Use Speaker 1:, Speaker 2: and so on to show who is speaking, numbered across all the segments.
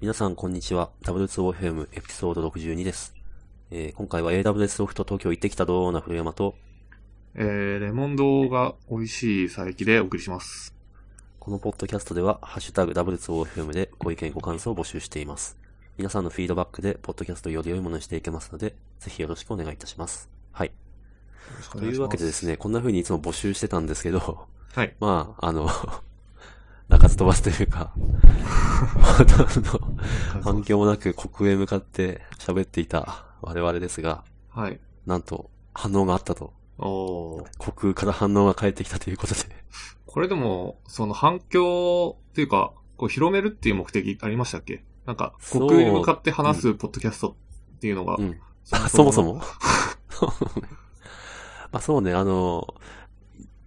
Speaker 1: 皆さん、こんにちは。W2OFM エピソード62です。えー今回は AWS ソフト東京行ってきたどーな古山と、
Speaker 2: えー、レモンドが美味しい佐伯でお送りします。
Speaker 1: このポッドキャストでは、ハッシュタグ W2OFM でご意見ご感想を募集しています。皆さんのフィードバックで、ポッドキャストをより良いものにしていけますので、ぜひよろしくお願いいたします。はい。というわけでですね、こんな風にいつも募集してたんですけど、
Speaker 2: はい。
Speaker 1: まあ、あの、 泣かず飛ばすというか、 あの反響もなく虚空へ向かって喋っていた我々ですが、
Speaker 2: はい。
Speaker 1: なんと反応があったと、
Speaker 2: おー
Speaker 1: 虚空から反応が返ってきたということで、
Speaker 2: これでも、その反響っていうか、こう広めるっていう目的ありましたっけなんか、
Speaker 1: そう
Speaker 2: 国空に向かって話すポッドキャストっていうのが、
Speaker 1: うん。あ そもそもまあそうね、あの、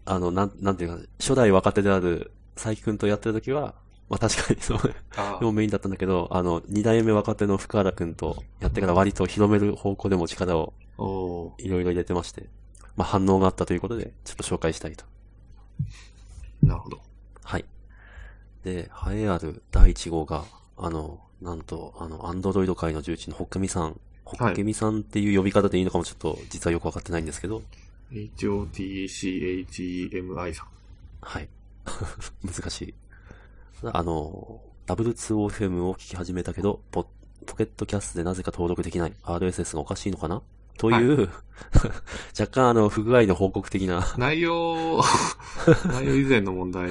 Speaker 1: あの、なん、なんていうか、初代若手である佐伯くんとやってる時は、まあ確かにそうね、
Speaker 2: あ
Speaker 1: でも
Speaker 2: ー
Speaker 1: メインだったんだけど、あの、二代目若手の福原くんとやってから割と広める方向でも力を
Speaker 2: お
Speaker 1: いろいろ入れてまして、まあ反応があったということで、ちょっと紹介したいと。
Speaker 2: ーなるほど。
Speaker 1: はい。で、栄えある第1号が、あの、なんと、あの、アンドロイド界の重鎮のホッケミさん。ホッケミさんっていう呼び方でいいのかもちょっと、実はよくわかってないんですけど、
Speaker 2: HOTCHEMI さん。
Speaker 1: はい。 難しい。あの、W2OFM を聞き始めたけど、ポポケットキャストでなぜか登録できない。RSS がおかしいのかなという、 若干あの、不具合の報告的な
Speaker 2: 内容、内容以前の問題。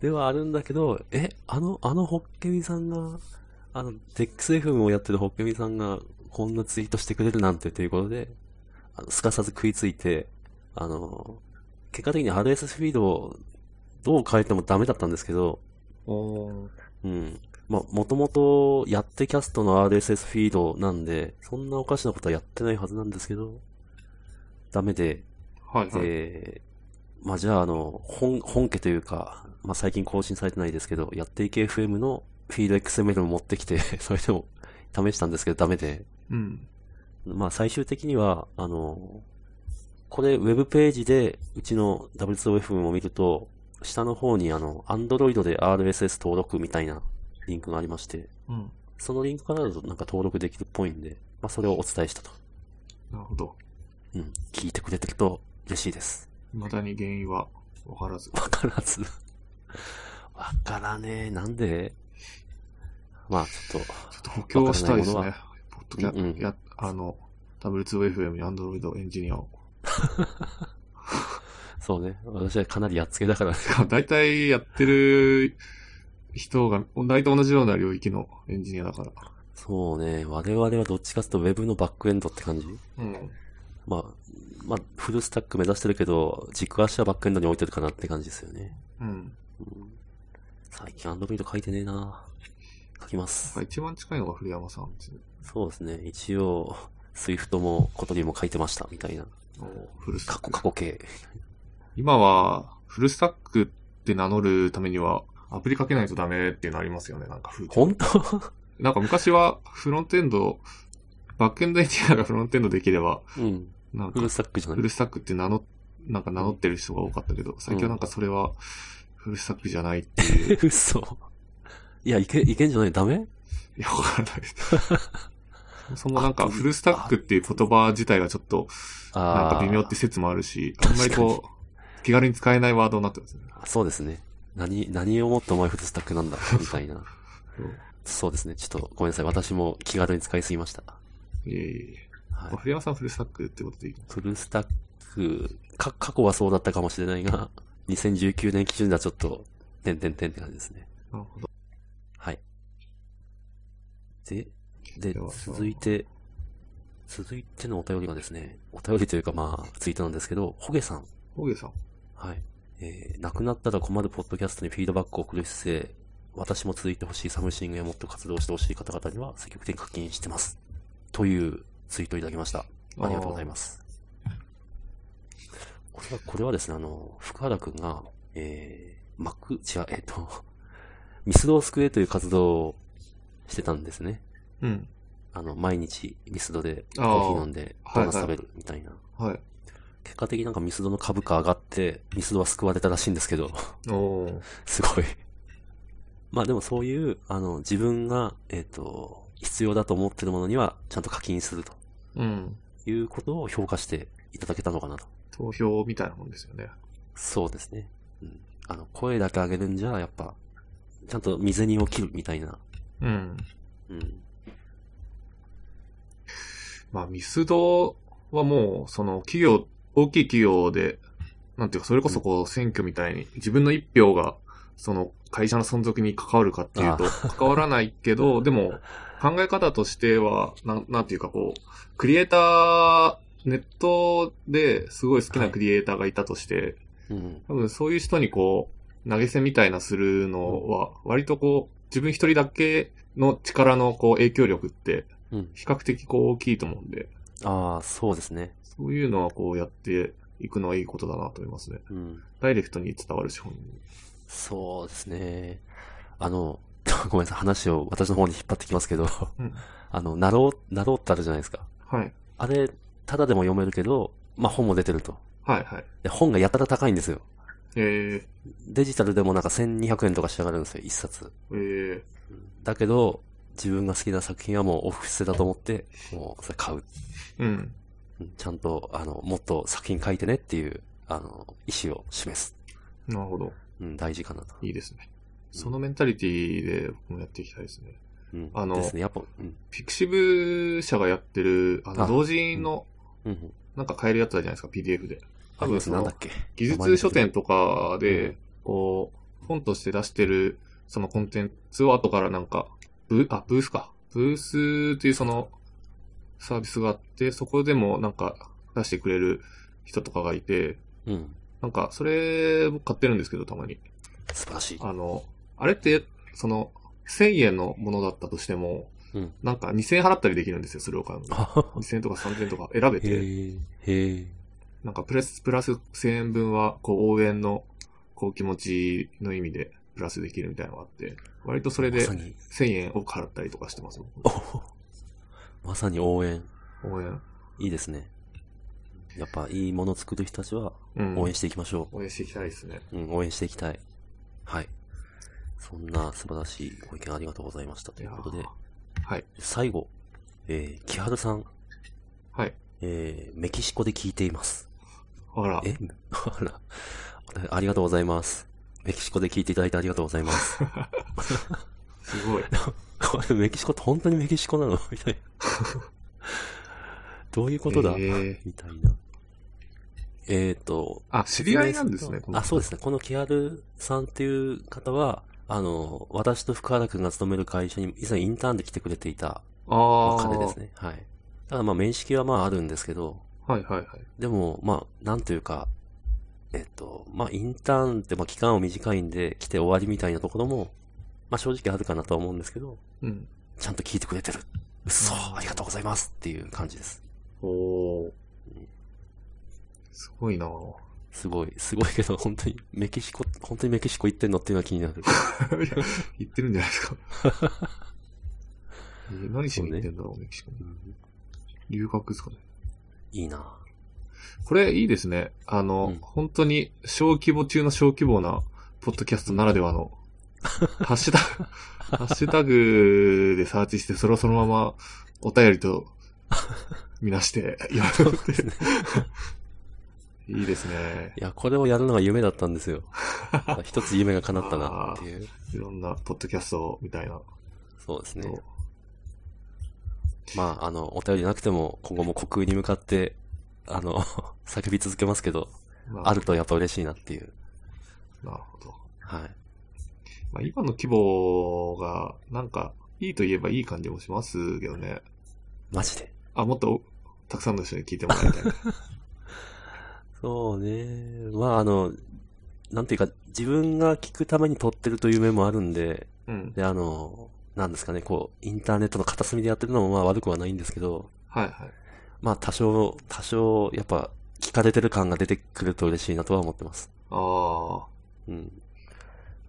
Speaker 1: ではあるんだけど、え、あの、あのホッケミさんが、あの、ZXFM をやってるホッケミさんが、こんなツイートしてくれるなんてということで、あのすかさず食いついて、あの、結果的に RSS フィードをどう変えてもダメだったんですけど、
Speaker 2: おー
Speaker 1: うん。まあ、もともとやってキャストの RSS フィードなんで、そんなおかしなことはやってないはずなんですけど、ダメで、
Speaker 2: はいはい。
Speaker 1: で、まあじゃあ、あの、本、本家というか、まあ最近更新されてないですけど、やっていけ FM のフィード XML を持ってきて、 それでも試したんですけどダメで、
Speaker 2: うん。
Speaker 1: まあ最終的には、あの、これウェブページでうちの W2OFM を見ると、下の方にあの、Android で RSS 登録みたいなリンクがありまして、
Speaker 2: うん。
Speaker 1: そのリンクからだとなんか登録できるっぽいんで、まあそれをお伝えしたと。
Speaker 2: なるほど。
Speaker 1: うん。聞いてくれてると嬉しいです。
Speaker 2: 未だに原因はわからず。
Speaker 1: わからず。わからねえ、なんでまあ、ちょっと、
Speaker 2: ちょっと補強したいです
Speaker 1: わから
Speaker 2: ね。ポッドキャ、
Speaker 1: うんうん
Speaker 2: や、あの、W2FM に Android エンジニアを。
Speaker 1: そうね。私はかなりやっつけだからね。
Speaker 2: 大体やってる人が、大体同じような領域のエンジニアだから。
Speaker 1: そうね。我々はどっちかというと Web のバックエンドって感じ
Speaker 2: うん。
Speaker 1: まあ、まあ、フルスタック目指してるけど、軸足はバックエンドに置いてるかなって感じですよね。
Speaker 2: うん。
Speaker 1: うん最近 Android 書いてねえな書きます。
Speaker 2: 一番近いのが古山さんですね。
Speaker 1: そうですね。一応、Swift も、コトリも書いてました、みたいな。
Speaker 2: おーフルスタ
Speaker 1: 過
Speaker 2: ッ
Speaker 1: 去、
Speaker 2: ク。
Speaker 1: 過去形。
Speaker 2: 今は、フルスタックって名乗るためには、アプリかけないとダメっていうのありますよね、なんか風潮
Speaker 1: 本当
Speaker 2: なんか昔は、フロントエンド、バックエンドエンジニアがフロントエンドできれば、
Speaker 1: うん。
Speaker 2: なんか
Speaker 1: フルスタックじゃない
Speaker 2: フルスタックって名乗、なんか名乗ってる人が多かったけど、最近はなんかそれは、フルスタックじゃないっていう。い
Speaker 1: 嘘。いや、いけ、いけんじゃないダメ
Speaker 2: や、わからない です。そもそもなんかフルスタックっていう言葉自体がちょっと、なん
Speaker 1: あ
Speaker 2: か
Speaker 1: あ。
Speaker 2: 微妙って説もあるし、あんまりこう、気軽に使えないワードになってますね。
Speaker 1: そうですね。何、何をもってお前フルスタック なんだ、みたいな。そうですね。ちょっと、ごめんなさい。私も気軽に使いすぎました。
Speaker 2: ええ
Speaker 1: はい。
Speaker 2: 古山さんフルスタックってことでいい
Speaker 1: フルスタック、か、過去はそうだったかもしれないが、2019年基準ではちょっと、てんてんてんって感じですね。
Speaker 2: なるほど。
Speaker 1: はい。で、で
Speaker 2: では、
Speaker 1: 続いて、続いてのお便りがですね、お便りというかまあ、ツイートなんですけど、ホゲさん。
Speaker 2: 大げさん。
Speaker 1: はい。えー、亡くなったら困るポッドキャストにフィードバックを送る姿勢、私も続いてほしいサムシングへもっと活動してほしい方々には積極的に課金してます。というツイートをいただきました。ありがとうございます。これは、これはですね、あの、福原くんが、えー、マック、違う、えっ、と、 ミスドを救えという活動をしてたんですね。
Speaker 2: うん。
Speaker 1: あの、毎日ミスドでコ
Speaker 2: あー
Speaker 1: ーヒー飲んで、ドーナツ食べるみたいな。
Speaker 2: はい。
Speaker 1: 結果的になんかミスドの株 価上がって、ミスドは救われたらしいんですけど、
Speaker 2: おー
Speaker 1: すごい。まあでもそういう、あの、自分が、えっ、と、必要だと思ってるものには、ちゃんと課金すると
Speaker 2: うん。
Speaker 1: いうことを評価していただけたのかなと。
Speaker 2: 投票みたいなもんですよね。
Speaker 1: そうですね。うん。あの、声だけ上げるんじゃ、やっぱ、ちゃんと未然に起きるみたいな。
Speaker 2: うん。
Speaker 1: うん。
Speaker 2: まあ、ミスドはもう、その企業、大きい企業で、なんていうか、それこそこう、選挙みたいに、自分の一票が、その会社の存続に関わるかっていうと、関わらないけ ど、でも、考え方としては、なん、なんていうかこう、クリエイター、ネットですごい好きなクリエイターがいたとして、
Speaker 1: うん。
Speaker 2: 多分そういう人にこう、投げ銭みたいなするのは、割とこう、自分一人だけの力のこう影響力って、
Speaker 1: うん。
Speaker 2: 比較的こう大きいと思うんで、
Speaker 1: ああ、そうですね。
Speaker 2: そういうのはこうやっていくのはいいことだなと思いますね。
Speaker 1: うん。
Speaker 2: ダイレクトに伝わる手法に。
Speaker 1: そうですね。あの、 ごめんなさい、話を私の方に引っ張ってきますけど、
Speaker 2: うん。
Speaker 1: あの、なろう、なろうってあるじゃないですか。
Speaker 2: はい。
Speaker 1: あれ、ただでも読めるけど、まあ、本も出てると。
Speaker 2: はいはい。
Speaker 1: で、本がやたら高いんですよ。
Speaker 2: え
Speaker 1: デジタルでもなんか1200円とか仕上がるんですよ、一冊。
Speaker 2: ー、え
Speaker 1: だけど、自分が好きな作品はもうオフ捨てだと思って、もうそれ買う。
Speaker 2: ー、うん。
Speaker 1: うんちゃんと、あの、もっと作品書いてねっていう、あの、意思を示す。
Speaker 2: なるほど。
Speaker 1: うん、大事かなと。
Speaker 2: いいですね。そのメンタリティで僕もやっていきたいですね。
Speaker 1: うん、
Speaker 2: あの
Speaker 1: ですね、やっぱ、うん、
Speaker 2: ピクシブ社がやってる、あの、
Speaker 1: あ
Speaker 2: 同人の
Speaker 1: うん、うん。
Speaker 2: なんか買えるやつあるじゃないですか、PDF で。
Speaker 1: あ
Speaker 2: 多
Speaker 1: り
Speaker 2: 分
Speaker 1: ます
Speaker 2: そ
Speaker 1: な
Speaker 2: の
Speaker 1: んだっけ。
Speaker 2: 技術書店とか
Speaker 1: う
Speaker 2: で
Speaker 1: ん、
Speaker 2: こう、本として出してる、そのコンテンツを後からなんか、ブあ、ブースか。ブースっていうその、サービスがあって、そこでもなんか出してくれる人とかがいて、
Speaker 1: うん。
Speaker 2: なんか、それ、僕買ってるんですけど、たまに。
Speaker 1: 素晴らしい。
Speaker 2: あの、あれって、その、1000円のものだったとしても、
Speaker 1: うん
Speaker 2: なんか2000円払ったりできるんですよ、それを買うのに。2000円とか3000円とか選べ
Speaker 1: へ
Speaker 2: て。
Speaker 1: え、へえ。
Speaker 2: なんかプラス、プラス1000円分は、こう、応援の、こう、気持ちの意味で、プラスできるみたいなのがあって、割とそれ
Speaker 1: ま
Speaker 2: で
Speaker 1: さに、
Speaker 2: 1000円を払ったりとかしてますもん。
Speaker 1: まさに応援。
Speaker 2: 応援。
Speaker 1: いいですね。やっぱ、いいものを作る人たちは、
Speaker 2: うん。
Speaker 1: 応援していきましょ
Speaker 2: 応援していきたいですね。
Speaker 1: う。うん、応援していきたい。はい。そんな素晴らしいご意見ありがとうございました。ということ
Speaker 2: い
Speaker 1: で
Speaker 2: や、はい。
Speaker 1: 最後、えー、キハルさん。
Speaker 2: はい。
Speaker 1: えー、メキシコで聞いています。
Speaker 2: あら、
Speaker 1: え あら、ありがとうございます。メキシコで聞いていただいてありがとうござい ます。
Speaker 2: すごい。
Speaker 1: これメキシコって本当にメキシコなのみたいな。 どういうことだ、
Speaker 2: えー
Speaker 1: みたいな。えっ、と、
Speaker 2: あ、知り合いなんですね、この
Speaker 1: あ、そうですね。このキアルさんっていう方は、あの、私と福原くんが勤める会社に以前インターンで来てくれていた
Speaker 2: ああ。
Speaker 1: 彼ですね。はい。ただまあ面識はまああるんですけど、
Speaker 2: はいはいはい。
Speaker 1: でも、まあ、なんというか、えっと、まあ、インターンって、まあ、期間は短いんで、来て終わりみたいなところも、まあ、正直あるかなとは思うんですけど、
Speaker 2: うん。
Speaker 1: ちゃんと聞いてくれてる。嘘ありがとうございますっていう感じです。
Speaker 2: おお。すごいなぁ
Speaker 1: すごい、すごいけど、本当に、メキシコ、本当にメキシコ行ってんのっていうのは気になる。
Speaker 2: いや言ってるんじゃないですか。えー何しに行ってんだろう、メキシコに。
Speaker 1: うん
Speaker 2: 留学ですかね。
Speaker 1: いいな
Speaker 2: これいいですね。あの、
Speaker 1: うん
Speaker 2: 本当に小規模中の小規模な、ポッドキャストならで はの、ハッシュタグ、ハッシュタグでサーチして、それをそのままお便りと、みなして、や るって。いいですね。
Speaker 1: いや、これをやるのが夢だったんですよ。 一つ夢が叶ったなっていう。
Speaker 2: いろんなポッドキャストみたいな。
Speaker 1: そうですね
Speaker 2: そう。
Speaker 1: まあ、あの、お便りなくても、今後も虚空に向かって、あの、 叫び続けますけど、
Speaker 2: ま
Speaker 1: あるとやっぱ嬉しいなっていう。
Speaker 2: なるほど。
Speaker 1: はい。
Speaker 2: まあ、今の規模が、なんか、いいと言えばいい感じもしますけどね。
Speaker 1: マジで。
Speaker 2: あ、もっと、たくさんの人に聞いてもらいたい。
Speaker 1: そうね。まあ、あの、なんていうか、自分が聞くために撮ってるという面もあるんで、
Speaker 2: うん。
Speaker 1: で、あの、なんですかね、こう、インターネットの片隅でやってるのもまあ悪くはないんですけど、
Speaker 2: はいはい。
Speaker 1: まあ多少、多少、やっぱ、聞かれてる感が出てくると嬉しいなとは思ってます。
Speaker 2: ああ。
Speaker 1: うん。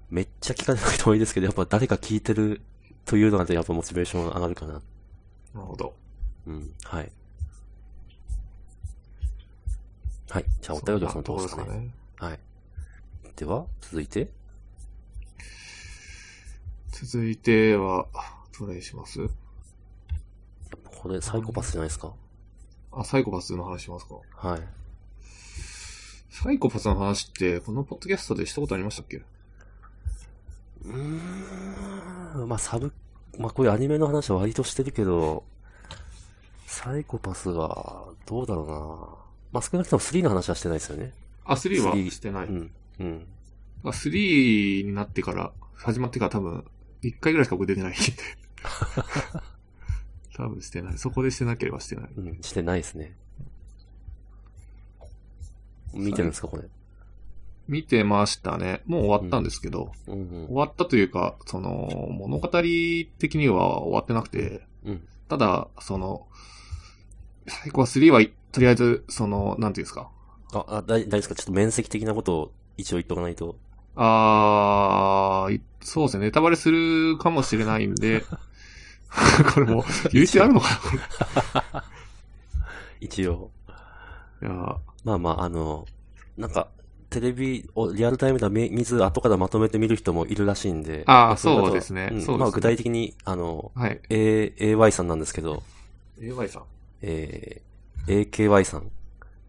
Speaker 1: めっちゃ聞かれなくてもいいですけど、やっぱ誰か聞いてるというのがやっぱモチベーション上がるかな。
Speaker 2: なるほど。
Speaker 1: うん、はい。はい。じゃあお便りはそのところですかね。
Speaker 2: ね。
Speaker 1: はい。では、続いて。
Speaker 2: 続いては、どれにします
Speaker 1: これサイコパスじゃないですか。
Speaker 2: あ、サイコパスの話しますか
Speaker 1: はい。
Speaker 2: サイコパスの話って、このポッドキャストでしたことありましたっけ
Speaker 1: うーん、まあサブ、まあこういうアニメの話は割としてるけど、サイコパスはどうだろうなまあ少なくとも3の話はしてないですよね。
Speaker 2: あ、3は
Speaker 1: 3
Speaker 2: してない。
Speaker 1: うん。うん。
Speaker 2: あ、3になってから、始まってから多分、1回ぐらいしか僕出 てないんで。多分してない。そこでしてなければしてない。
Speaker 1: うん。してないですね。見てるんですか、これ。
Speaker 2: 見てましたね。もう終わったんですけど、
Speaker 1: うんうん。
Speaker 2: 終わったというか、その、物語的には終わってなくて、
Speaker 1: うん。
Speaker 2: ただ、その、サイコパス3は、とりあえず、その、なんていうんですか。
Speaker 1: あ、あ、大大丈夫ですかちょっと面積的なことを一応言っとかないと。
Speaker 2: あー、いそうですね。ネタバレするかもしれないんで、 これも、YouTube あるのかなこ
Speaker 1: 一応。
Speaker 2: れいや
Speaker 1: まあまあ、あの、なんか、テレビをリアルタイムでは見見ず、後からまとめて見る人もいるらしいんで。ま
Speaker 2: あー
Speaker 1: れだと
Speaker 2: そうですね
Speaker 1: ん
Speaker 2: そうですね
Speaker 1: まあ、具体的に、あの、
Speaker 2: ーはい。
Speaker 1: A、AY さんなんですけど、
Speaker 2: AY さん。
Speaker 1: えー、AKY さん。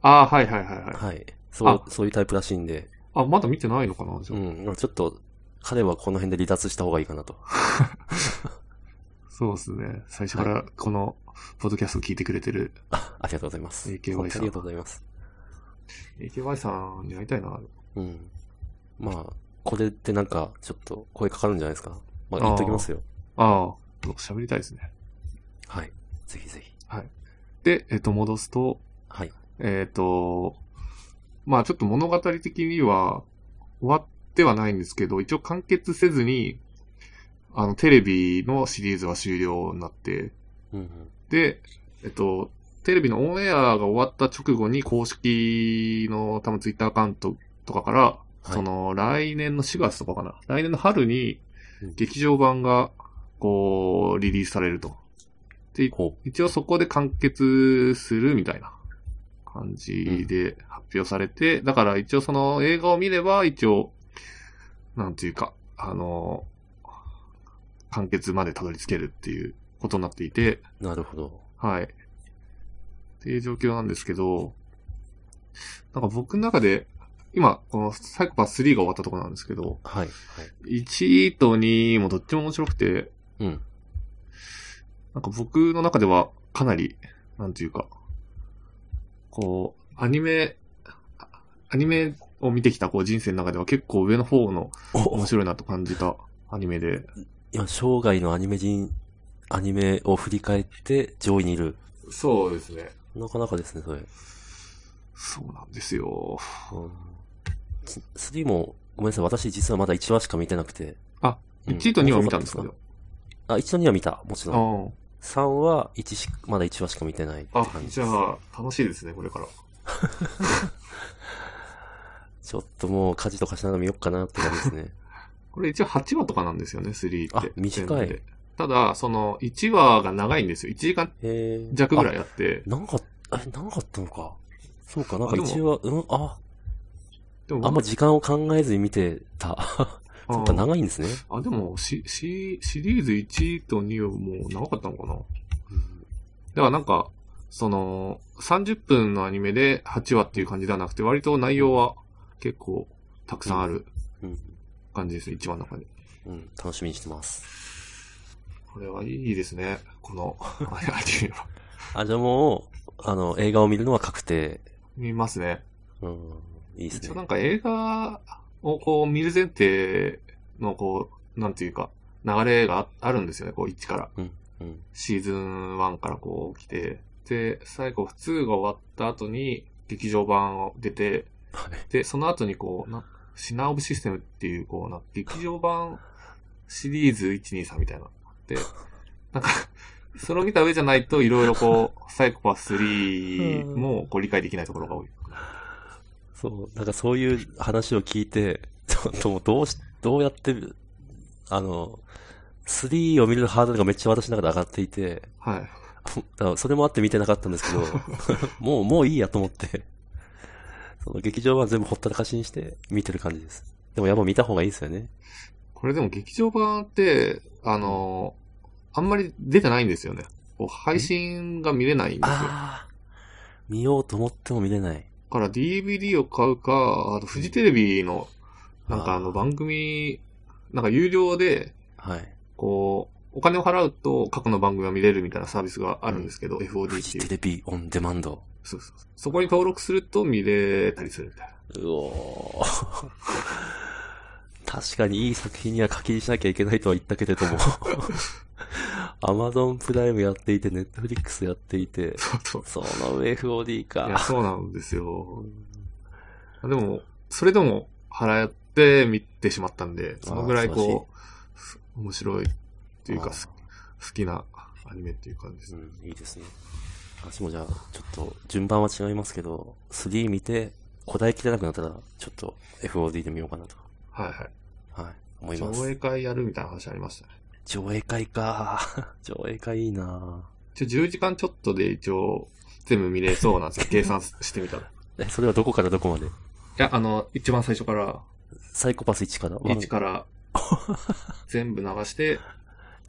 Speaker 2: あー、はいはいはいはい。
Speaker 1: はい。そう
Speaker 2: あ、
Speaker 1: そういうタイプらしいんで、
Speaker 2: あ、まだ見てないのかなじゃ
Speaker 1: う
Speaker 2: あ
Speaker 1: ん。ちょっと、彼はこの辺で離脱した方がいいかなと。
Speaker 2: そうですね。最初から、この、ポッドキャストを聞いてくれてる
Speaker 1: あありがとうございます。
Speaker 2: AKY
Speaker 1: 本当に
Speaker 2: さん
Speaker 1: ありがとうございます。
Speaker 2: AKY さんに会いたいな。
Speaker 1: うん。まあ、これってなんか、ちょっと声かかるんじゃないですか。まあ、言っときますよ。
Speaker 2: ああ、喋りたいですね。
Speaker 1: はい。ぜひぜひ。
Speaker 2: で、えっと、戻すと、
Speaker 1: はい。
Speaker 2: えっと、まあちょっと物語的には終わってはないんですけど、一応完結せずに、あの、テレビのシリーズは終了になって、
Speaker 1: うんうん。
Speaker 2: で、えっと、テレビのオンエアが終わった直後に公式の多分ツイッターアカウントとかから、
Speaker 1: はい
Speaker 2: その来年の4月とかかな。来年の春に
Speaker 1: うん
Speaker 2: 劇場版がこうリリースされると。で、
Speaker 1: ほ
Speaker 2: 一応そこで完結するみたいな感じで発表されて、だから一応その映画を見れば一応、なんていうか、あの、完結までたどり着けるっていうことになっていて、
Speaker 1: う。なるほど。
Speaker 2: はい。っていう状況なんですけど、なんか僕の中で、今、このサイコパス3が終わったところなんですけど、
Speaker 1: はい。はい。
Speaker 2: 1と2もどっちも面白くて、
Speaker 1: うん。
Speaker 2: なんか僕の中ではかなり、なんていうか、こう、アニメ、あアニメを見てきたこう人生の中では結構上の方の
Speaker 1: お、
Speaker 2: 面白いなと感じたアニメで、
Speaker 1: いや、生涯のアニメ人、アニメを振り返って上位にいる。
Speaker 2: そうですね。
Speaker 1: なかなかですね、それ。
Speaker 2: そうなんですよ。
Speaker 1: うん、ち3も、ごめんなさい、私実はまだ1話しか見てなくて。
Speaker 2: あ、
Speaker 1: うん
Speaker 2: 1と2は見たんですか、
Speaker 1: 面白あ、1と2は見た、もち
Speaker 2: あ
Speaker 1: ろん。
Speaker 2: あ。
Speaker 1: 3は1しか、まだ1話しか見てないって
Speaker 2: あ
Speaker 1: 感、じ
Speaker 2: じ
Speaker 1: で
Speaker 2: ゃ
Speaker 1: す。
Speaker 2: あ、楽しいですね、これから。
Speaker 1: ちょっともう、家事とかしながら見よっかなって感じです ね。
Speaker 2: これ一応8話とかなんですよね、3って。
Speaker 1: あ短い
Speaker 2: 全部で。ただ、その、1話が長いんですよ。1時間
Speaker 1: へえ。
Speaker 2: 弱ぐらいあって
Speaker 1: あ。。なんか、え、なんかあったのか。そうか、なん
Speaker 2: あ
Speaker 1: か
Speaker 2: でも
Speaker 1: 1話、うん、あ、
Speaker 2: でも
Speaker 1: あんま時間を考えずに見てた。
Speaker 2: あ
Speaker 1: そっか、長いんですね。
Speaker 2: あ、でも、し、し、シリーズ1と2はもう長かったのかなだからなんか、その、30分のアニメで8話っていう感じではなくて、割と内容は結構たくさんある
Speaker 1: うん。
Speaker 2: 感じですね、1話の中で。
Speaker 1: うん、楽しみにしてます。
Speaker 2: これはいいですね、このアニメは。
Speaker 1: あ、じゃあもう、あの、映画を見るのは確定。
Speaker 2: 見ますね。
Speaker 1: うん、いいです
Speaker 2: 一応な
Speaker 1: ね
Speaker 2: ん。か映画をこう見る前提のこう、なんていうか、流れがああるんですよね、こう1から。
Speaker 1: うん。
Speaker 2: シーズン1からこう来て。で、最後2が終わった後に劇場版を出て、
Speaker 1: はい。
Speaker 2: で、その後にこう、なシナオブシステムっていうこうな、劇場版シリーズ123みたいな。で、なんか、それを見た上じゃないといろいろこう、サイコパス3もこう理解できないところが多い。
Speaker 1: そう、なんかそういう話を聞いて、 ちょっともうどうし、どうやって、あの、3を見るハードルがめっちゃ私の中で上がっていて、
Speaker 2: はい。
Speaker 1: だからそれもあって見てなかったんですけど、 もう、もういいやと思って、その劇場版全部ほったらかしにして見てる感じです。でもやっぱ見た方がいいですよね。
Speaker 2: これでも劇場版って、あの、あんまり出てないんですよね。こう配信が見れないんですよ。だ
Speaker 1: ああ、見ようと思っても見れない。
Speaker 2: から DVD を買うか、あとフジテレビの、なんかあ
Speaker 1: あ
Speaker 2: の
Speaker 1: ー
Speaker 2: 番組、なんか有料で、
Speaker 1: はい。
Speaker 2: こう、お金を払うと過去の番組が見れるみたいなサービスがあるんですけど、
Speaker 1: フ
Speaker 2: FOD って
Speaker 1: ジ
Speaker 2: いう
Speaker 1: テ。レビオンデマンド。
Speaker 2: そうそうそうそこに登録すると見れたりするみ たいな。
Speaker 1: うおー確かにいい作品には課金しなきゃいけないとは言ったけれ ども。アマゾンプライムやっていて、ネットフリックスやっていて、
Speaker 2: そうそう。
Speaker 1: その上 FOD
Speaker 2: いや、
Speaker 1: か。
Speaker 2: そうなんですよ。でも、それでも払って見てしまったんで、そのぐらいこう、す面白いっていう
Speaker 1: あ
Speaker 2: か、
Speaker 1: ー
Speaker 2: す好きなアニメっていう感じです
Speaker 1: う
Speaker 2: ね。
Speaker 1: ん、いいですね。私もじゃあ、ちょっと、順番は違いますけど、3見て、こだえきれなくなったら、ちょっと FOD で見ようかなと。
Speaker 2: はいは
Speaker 1: はい、思
Speaker 2: い。
Speaker 1: います
Speaker 2: 上。映会やるみたいな話ありましたね。
Speaker 1: 上映会か。 上映会いいな
Speaker 2: 一応10時間ちょっとで一応全部見れそうなんです よ。計算してみたら。い
Speaker 1: え、それはどこからどこまで
Speaker 2: や、あの、一番最初から、
Speaker 1: サイコパス1から
Speaker 2: 1から、全部流して、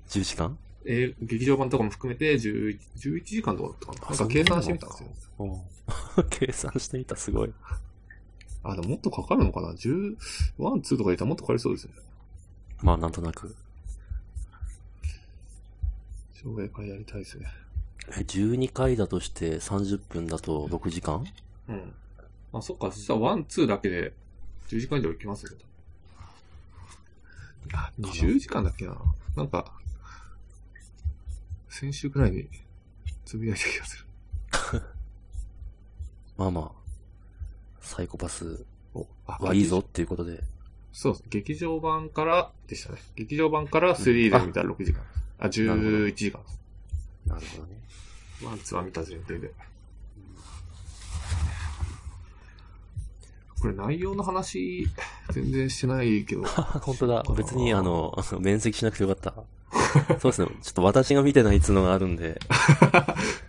Speaker 1: 10時間
Speaker 2: えー劇場版とかも含めて11、11時間とかだったかな。なんか計算してみたんですよ。
Speaker 1: うん 計算してみた、すごい。
Speaker 2: あ、でももっとかかるのかな ?10、ワン、ツーとか入れたらもっとかかりそうですね。
Speaker 1: まあ、なんとなく。
Speaker 2: 上映会やりたいですね。
Speaker 1: え12回だとして30分だと6時間
Speaker 2: うん。あ、そっか。そしたらワン、ツーだけで10時間以上行きますね。あ、20時間だっけななんか、先週くらいにつぶやいた気がする。
Speaker 1: まあまあ、サイコパス
Speaker 2: お、あ
Speaker 1: はいいぞ。っていうことで。
Speaker 2: そうです。劇場版からでしたね。劇場版から3で見たら6時間。あ、11時間。
Speaker 1: なるほどね。
Speaker 2: ワンツーは見た前提で。これ内容の話、全然してないけど。
Speaker 1: 本当だ。別に、あの、 あの面積しなくてよかった。そうですね。ちょっと私が見てないっつうのがあるんで。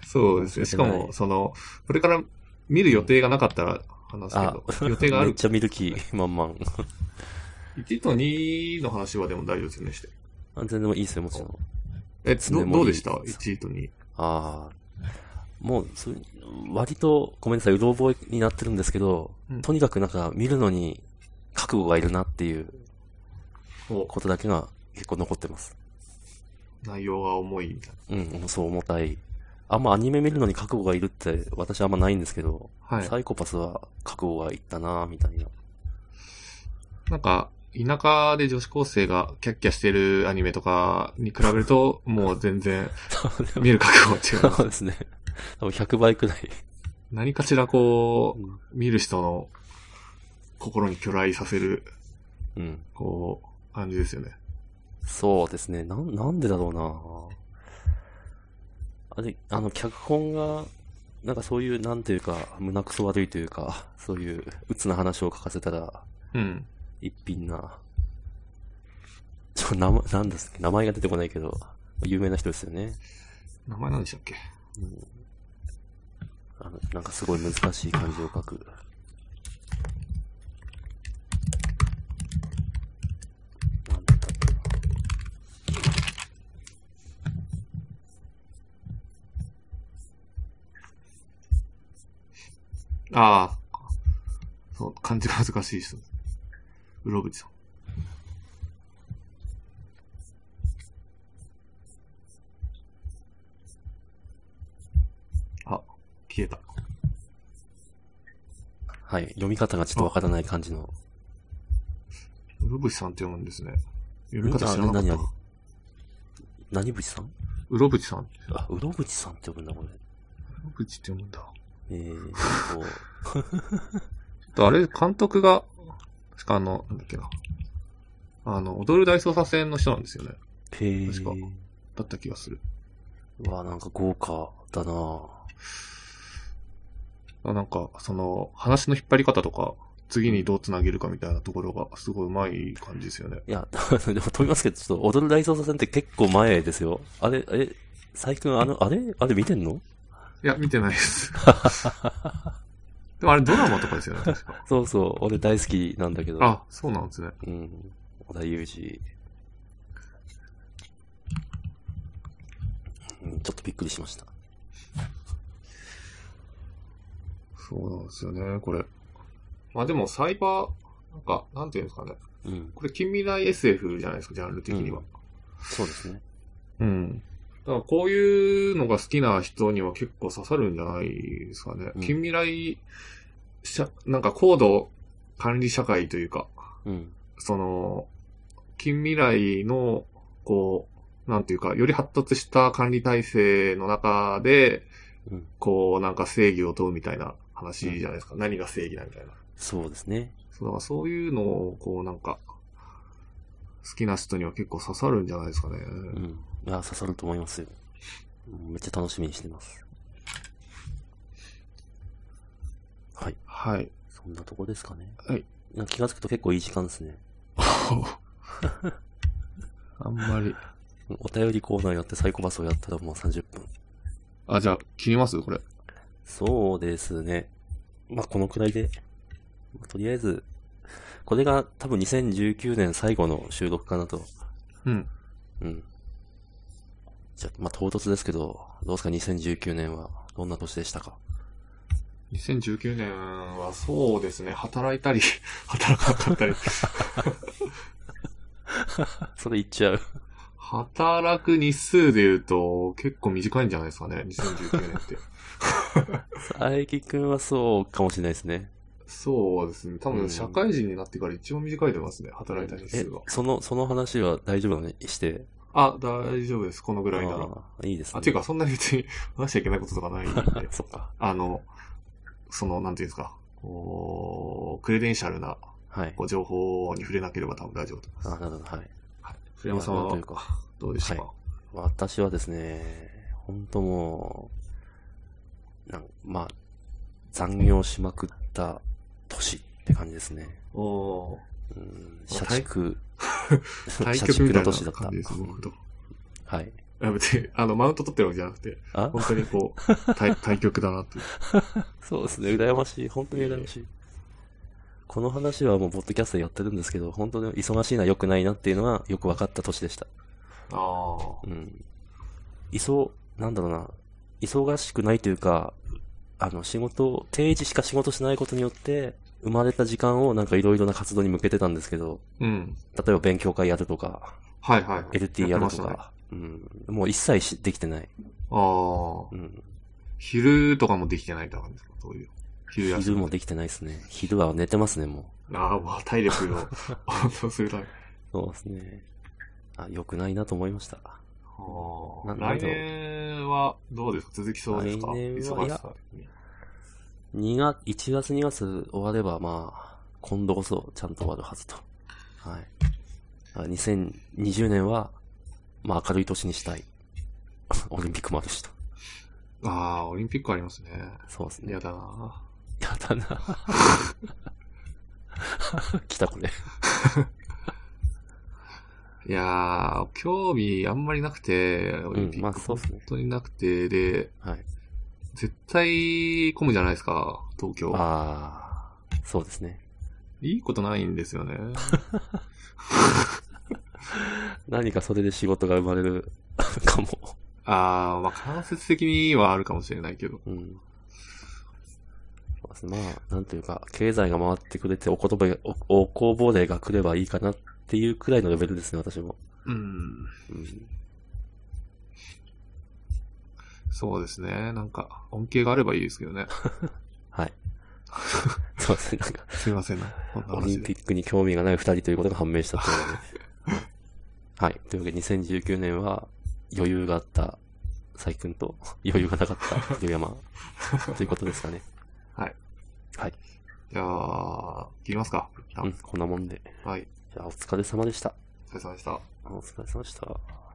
Speaker 2: そうですね。しかも、その、これから見る予定がなかったら話す
Speaker 1: あ
Speaker 2: け、ど、予定があ
Speaker 1: め っ
Speaker 2: る。
Speaker 1: ちゃ見る気 満々。
Speaker 2: 1と2の話はでも大丈夫ですよね、して。
Speaker 1: あ全然いいですよ、もちろん。
Speaker 2: え、
Speaker 1: つね
Speaker 2: ど
Speaker 1: もいい
Speaker 2: どうでした ?1 と2。
Speaker 1: ああ。もう、そう割と、ごめんなさい、うろ覚えになってるんですけど、
Speaker 2: うん
Speaker 1: とにかくなんか見るのに覚悟がいるなっていう
Speaker 2: お
Speaker 1: ことだけが結構残ってます。
Speaker 2: 内容が重いみたい
Speaker 1: うん、そう重たい。あんまアニメ見るのに覚悟がいるって私あんまないんですけど、
Speaker 2: な。はい。
Speaker 1: サイコパスは覚悟がいったなみたいな。
Speaker 2: なんか、田舎で女子高生がキャッキャしてるアニメとかに比べると、もう全然見る覚悟は違 う。
Speaker 1: そうですね。多分100倍くらい。
Speaker 2: 何かしらこう、
Speaker 1: うん
Speaker 2: 見る人の心に巨来させる、
Speaker 1: うん。
Speaker 2: こう、感じですよね。
Speaker 1: そうですね。なん、なんでだろうなあれ、あの、脚本が、なんかそういう、なんていうか、胸くそ悪いというか、そういう、鬱な話を書かせたら、
Speaker 2: うん。
Speaker 1: 一品な、ちょ、名前、なんですっけ名前が出てこないけど、有名な人ですよね。
Speaker 2: 名前なんでしたっけ
Speaker 1: うんあの、なんかすごい難しい漢字を書く。なんだったっけな
Speaker 2: ああ。そう、漢字が難しい人。うろぶちさん。あ、消えた。
Speaker 1: はい。読み方がちょっとわからない感じの。
Speaker 2: うろぶちさんって読むんですね。読み方知らなか
Speaker 1: あ
Speaker 2: っ
Speaker 1: 何
Speaker 2: た
Speaker 1: 々。何淵さん
Speaker 2: うろぶちさん。う
Speaker 1: あ、うろぶちさんって呼ぶんだ、これ。
Speaker 2: ろぶちって読むんだ。
Speaker 1: えー、こう
Speaker 2: あれ、監督が、しかあの、なんだっけな。あの、踊る大捜査線の人なんですよね。
Speaker 1: ペ
Speaker 2: 確か
Speaker 1: ー。
Speaker 2: だった気がする。
Speaker 1: うわ、なんか豪華だなぁ
Speaker 2: あなんか、その、話の引っ張り方とか、次にどう繋げるかみたいなところが、すごい上手い感じですよね。
Speaker 1: いや、 でも飛びますけど、ちょっと踊る大捜査線って結構前ですよ。あれ、え、最近あの、あれあれ見てんの
Speaker 2: いや、見てないです。でもあれ、ドラマとかですよね、確か。
Speaker 1: そうそう、俺大好きなんだけど。
Speaker 2: あ、そうなんですね。
Speaker 1: うん。小田裕二。うんちょっとびっくりしました。
Speaker 2: そうなんですよね、これ。まあでもサイバー、なんか、なんていうんですかね。
Speaker 1: うん。
Speaker 2: これ近未来 SF じゃないですか、ジャンル的には。
Speaker 1: そうですね。
Speaker 2: うん。だからこういうのが好きな人には結構刺さるんじゃないですかね。
Speaker 1: うん
Speaker 2: 近未来社、なんか高度管理社会というか、
Speaker 1: うん。
Speaker 2: その、近未来の、こう、なんていうか、より発達した管理体制の中で、
Speaker 1: うん
Speaker 2: こう、なんか正義を問うみたいな話じゃないですか。何が正義だみたいな。
Speaker 1: そうですね。
Speaker 2: そう、だからそういうのを、こう、なんか、好きな人には結構刺さるんじゃないですかね。
Speaker 1: うん。いや、刺さると思いますよ。うんめっちゃ楽しみにしてます。はい。
Speaker 2: はい。
Speaker 1: そんなとこですかね。
Speaker 2: はい
Speaker 1: や。気がつくと結構いい時間ですね。
Speaker 2: あんまり。
Speaker 1: お便りコーナーやってサイコパスをやったらもう30分。
Speaker 2: あ、じゃあ、切りますこれ。
Speaker 1: そうですね。まあ、このくらいで。まあとりあえず、これが多分2019年最後の収録かなと。
Speaker 2: うん。
Speaker 1: うん。じゃあ、まあ、唐突ですけど、どうですか2019年はどんな年でしたか
Speaker 2: 2019年はそうですね、働いたり、 働かなかったり。
Speaker 1: それ言っちゃう。
Speaker 2: 働く日数で言うと、結構短いんじゃないですかね、2019 年って。
Speaker 1: 佐伯くんはそうかもしれないですね。
Speaker 2: そうですね、多
Speaker 1: う
Speaker 2: 分
Speaker 1: ん
Speaker 2: 社会人になってから一番短いと思いますね、働いた日
Speaker 1: え
Speaker 2: 数が。、
Speaker 1: その、その話は大丈夫なのにして。
Speaker 2: あ、大丈夫です、このぐらいなら。あ、
Speaker 1: あーいいですね。
Speaker 2: ていうか、そんなに別に 話しちゃいけないこととかないんで。
Speaker 1: そっか。
Speaker 2: あの、その、なんていうんですか、こう、クレデンシャルな
Speaker 1: はい。
Speaker 2: こう情報に触れなければ多分大丈夫だと思い
Speaker 1: あ、なる
Speaker 2: ます。
Speaker 1: ほど、はい。
Speaker 2: はい。古山さん
Speaker 1: いや
Speaker 2: は
Speaker 1: というか、
Speaker 2: どうでしたか、
Speaker 1: は私はですね、本当もう、なんまあ、残業しまくった年って感じですね。
Speaker 2: おー
Speaker 1: うん、社畜、 社
Speaker 2: 対局
Speaker 1: 畜
Speaker 2: みた
Speaker 1: の
Speaker 2: いな
Speaker 1: 年だった
Speaker 2: 感じ。ですね、本当。い
Speaker 1: はい。
Speaker 2: や別に、あの、マウント取ってるわけじゃなくて、
Speaker 1: あ
Speaker 2: 本当にこ う、対対局だなっていう。
Speaker 1: そうですね、羨ましい。本当に羨ましい。この話はもう、ポッドキャストでやってるんですけど、本当に忙しいのは良くないなっていうのはよく分かった年でした。
Speaker 2: ああ。
Speaker 1: うん。いそう、なんだろうな、忙しくないというか、あの、仕事を、定時しか仕事しないことによって、生まれた時間をなんかいろいろな活動に向けてたんですけど、
Speaker 2: うん。
Speaker 1: 例えば勉強会やるとか、
Speaker 2: はいはいはい。
Speaker 1: LT や
Speaker 2: って
Speaker 1: る
Speaker 2: まし
Speaker 1: と
Speaker 2: たね
Speaker 1: か、うん、もう一切しできてない。
Speaker 2: ああ。
Speaker 1: うん。
Speaker 2: 昼とかもできてないって感じですかどういう。昼休
Speaker 1: 昼
Speaker 2: み。
Speaker 1: もできてないですね。昼は寝てますね、も
Speaker 2: ああ、まあ体力を温存するため。
Speaker 1: う。そうですね。あ、良くないなと思いました。
Speaker 2: あ
Speaker 1: なな
Speaker 2: あ。
Speaker 1: ん
Speaker 2: 来
Speaker 1: だろう
Speaker 2: 年はどうですか続きそうですか
Speaker 1: 来年は
Speaker 2: 忙しさ。
Speaker 1: 2月、1月2月終われば、まあ、今度こそちゃんと終わるはずと。はい。あ2020年は、まあ明るい年にしたい。 オリンピックもあるしと。
Speaker 2: ああ、オリンピックありますね。
Speaker 1: そうですね。
Speaker 2: 嫌だな。
Speaker 1: やだな。 来たこれ。
Speaker 2: いやー、興味あんまりなくて、オリンピ
Speaker 1: ま
Speaker 2: ッ
Speaker 1: あ
Speaker 2: ク
Speaker 1: そうっ
Speaker 2: 本
Speaker 1: すね
Speaker 2: 当になくて、で、
Speaker 1: はい。
Speaker 2: 絶対混むじゃないですか、東京。
Speaker 1: ああ、そうですね。
Speaker 2: いいことないんですよね。
Speaker 1: 何かそれで仕事が生まれるかも。
Speaker 2: ああ、まあ間接的にはあるかもしれないけど。
Speaker 1: うん。そうですねまあ、なんというか、経済が回ってくれてお言葉が、お、おこぼれが来ればいいかなっていうくらいのレベルですね、私も。
Speaker 2: うん。
Speaker 1: うん。
Speaker 2: そうですね。なんか、恩恵があればいいですけどね。
Speaker 1: はい。そうですね、なんか、
Speaker 2: すいませんね。こんな
Speaker 1: オリ
Speaker 2: 話
Speaker 1: ン
Speaker 2: で。
Speaker 1: ピックに興味がない二人ということが判明したということで。はい。というわけで、2019年は、余裕があった、佐伯くんと、 余裕がなかった、龍山、ということですかね。
Speaker 2: じゃあ、切りますか。一旦
Speaker 1: うん、こんなもんで。
Speaker 2: はい。
Speaker 1: じゃあ、お疲れ様でした。
Speaker 2: お疲れ様でした。
Speaker 1: お疲れ様でした。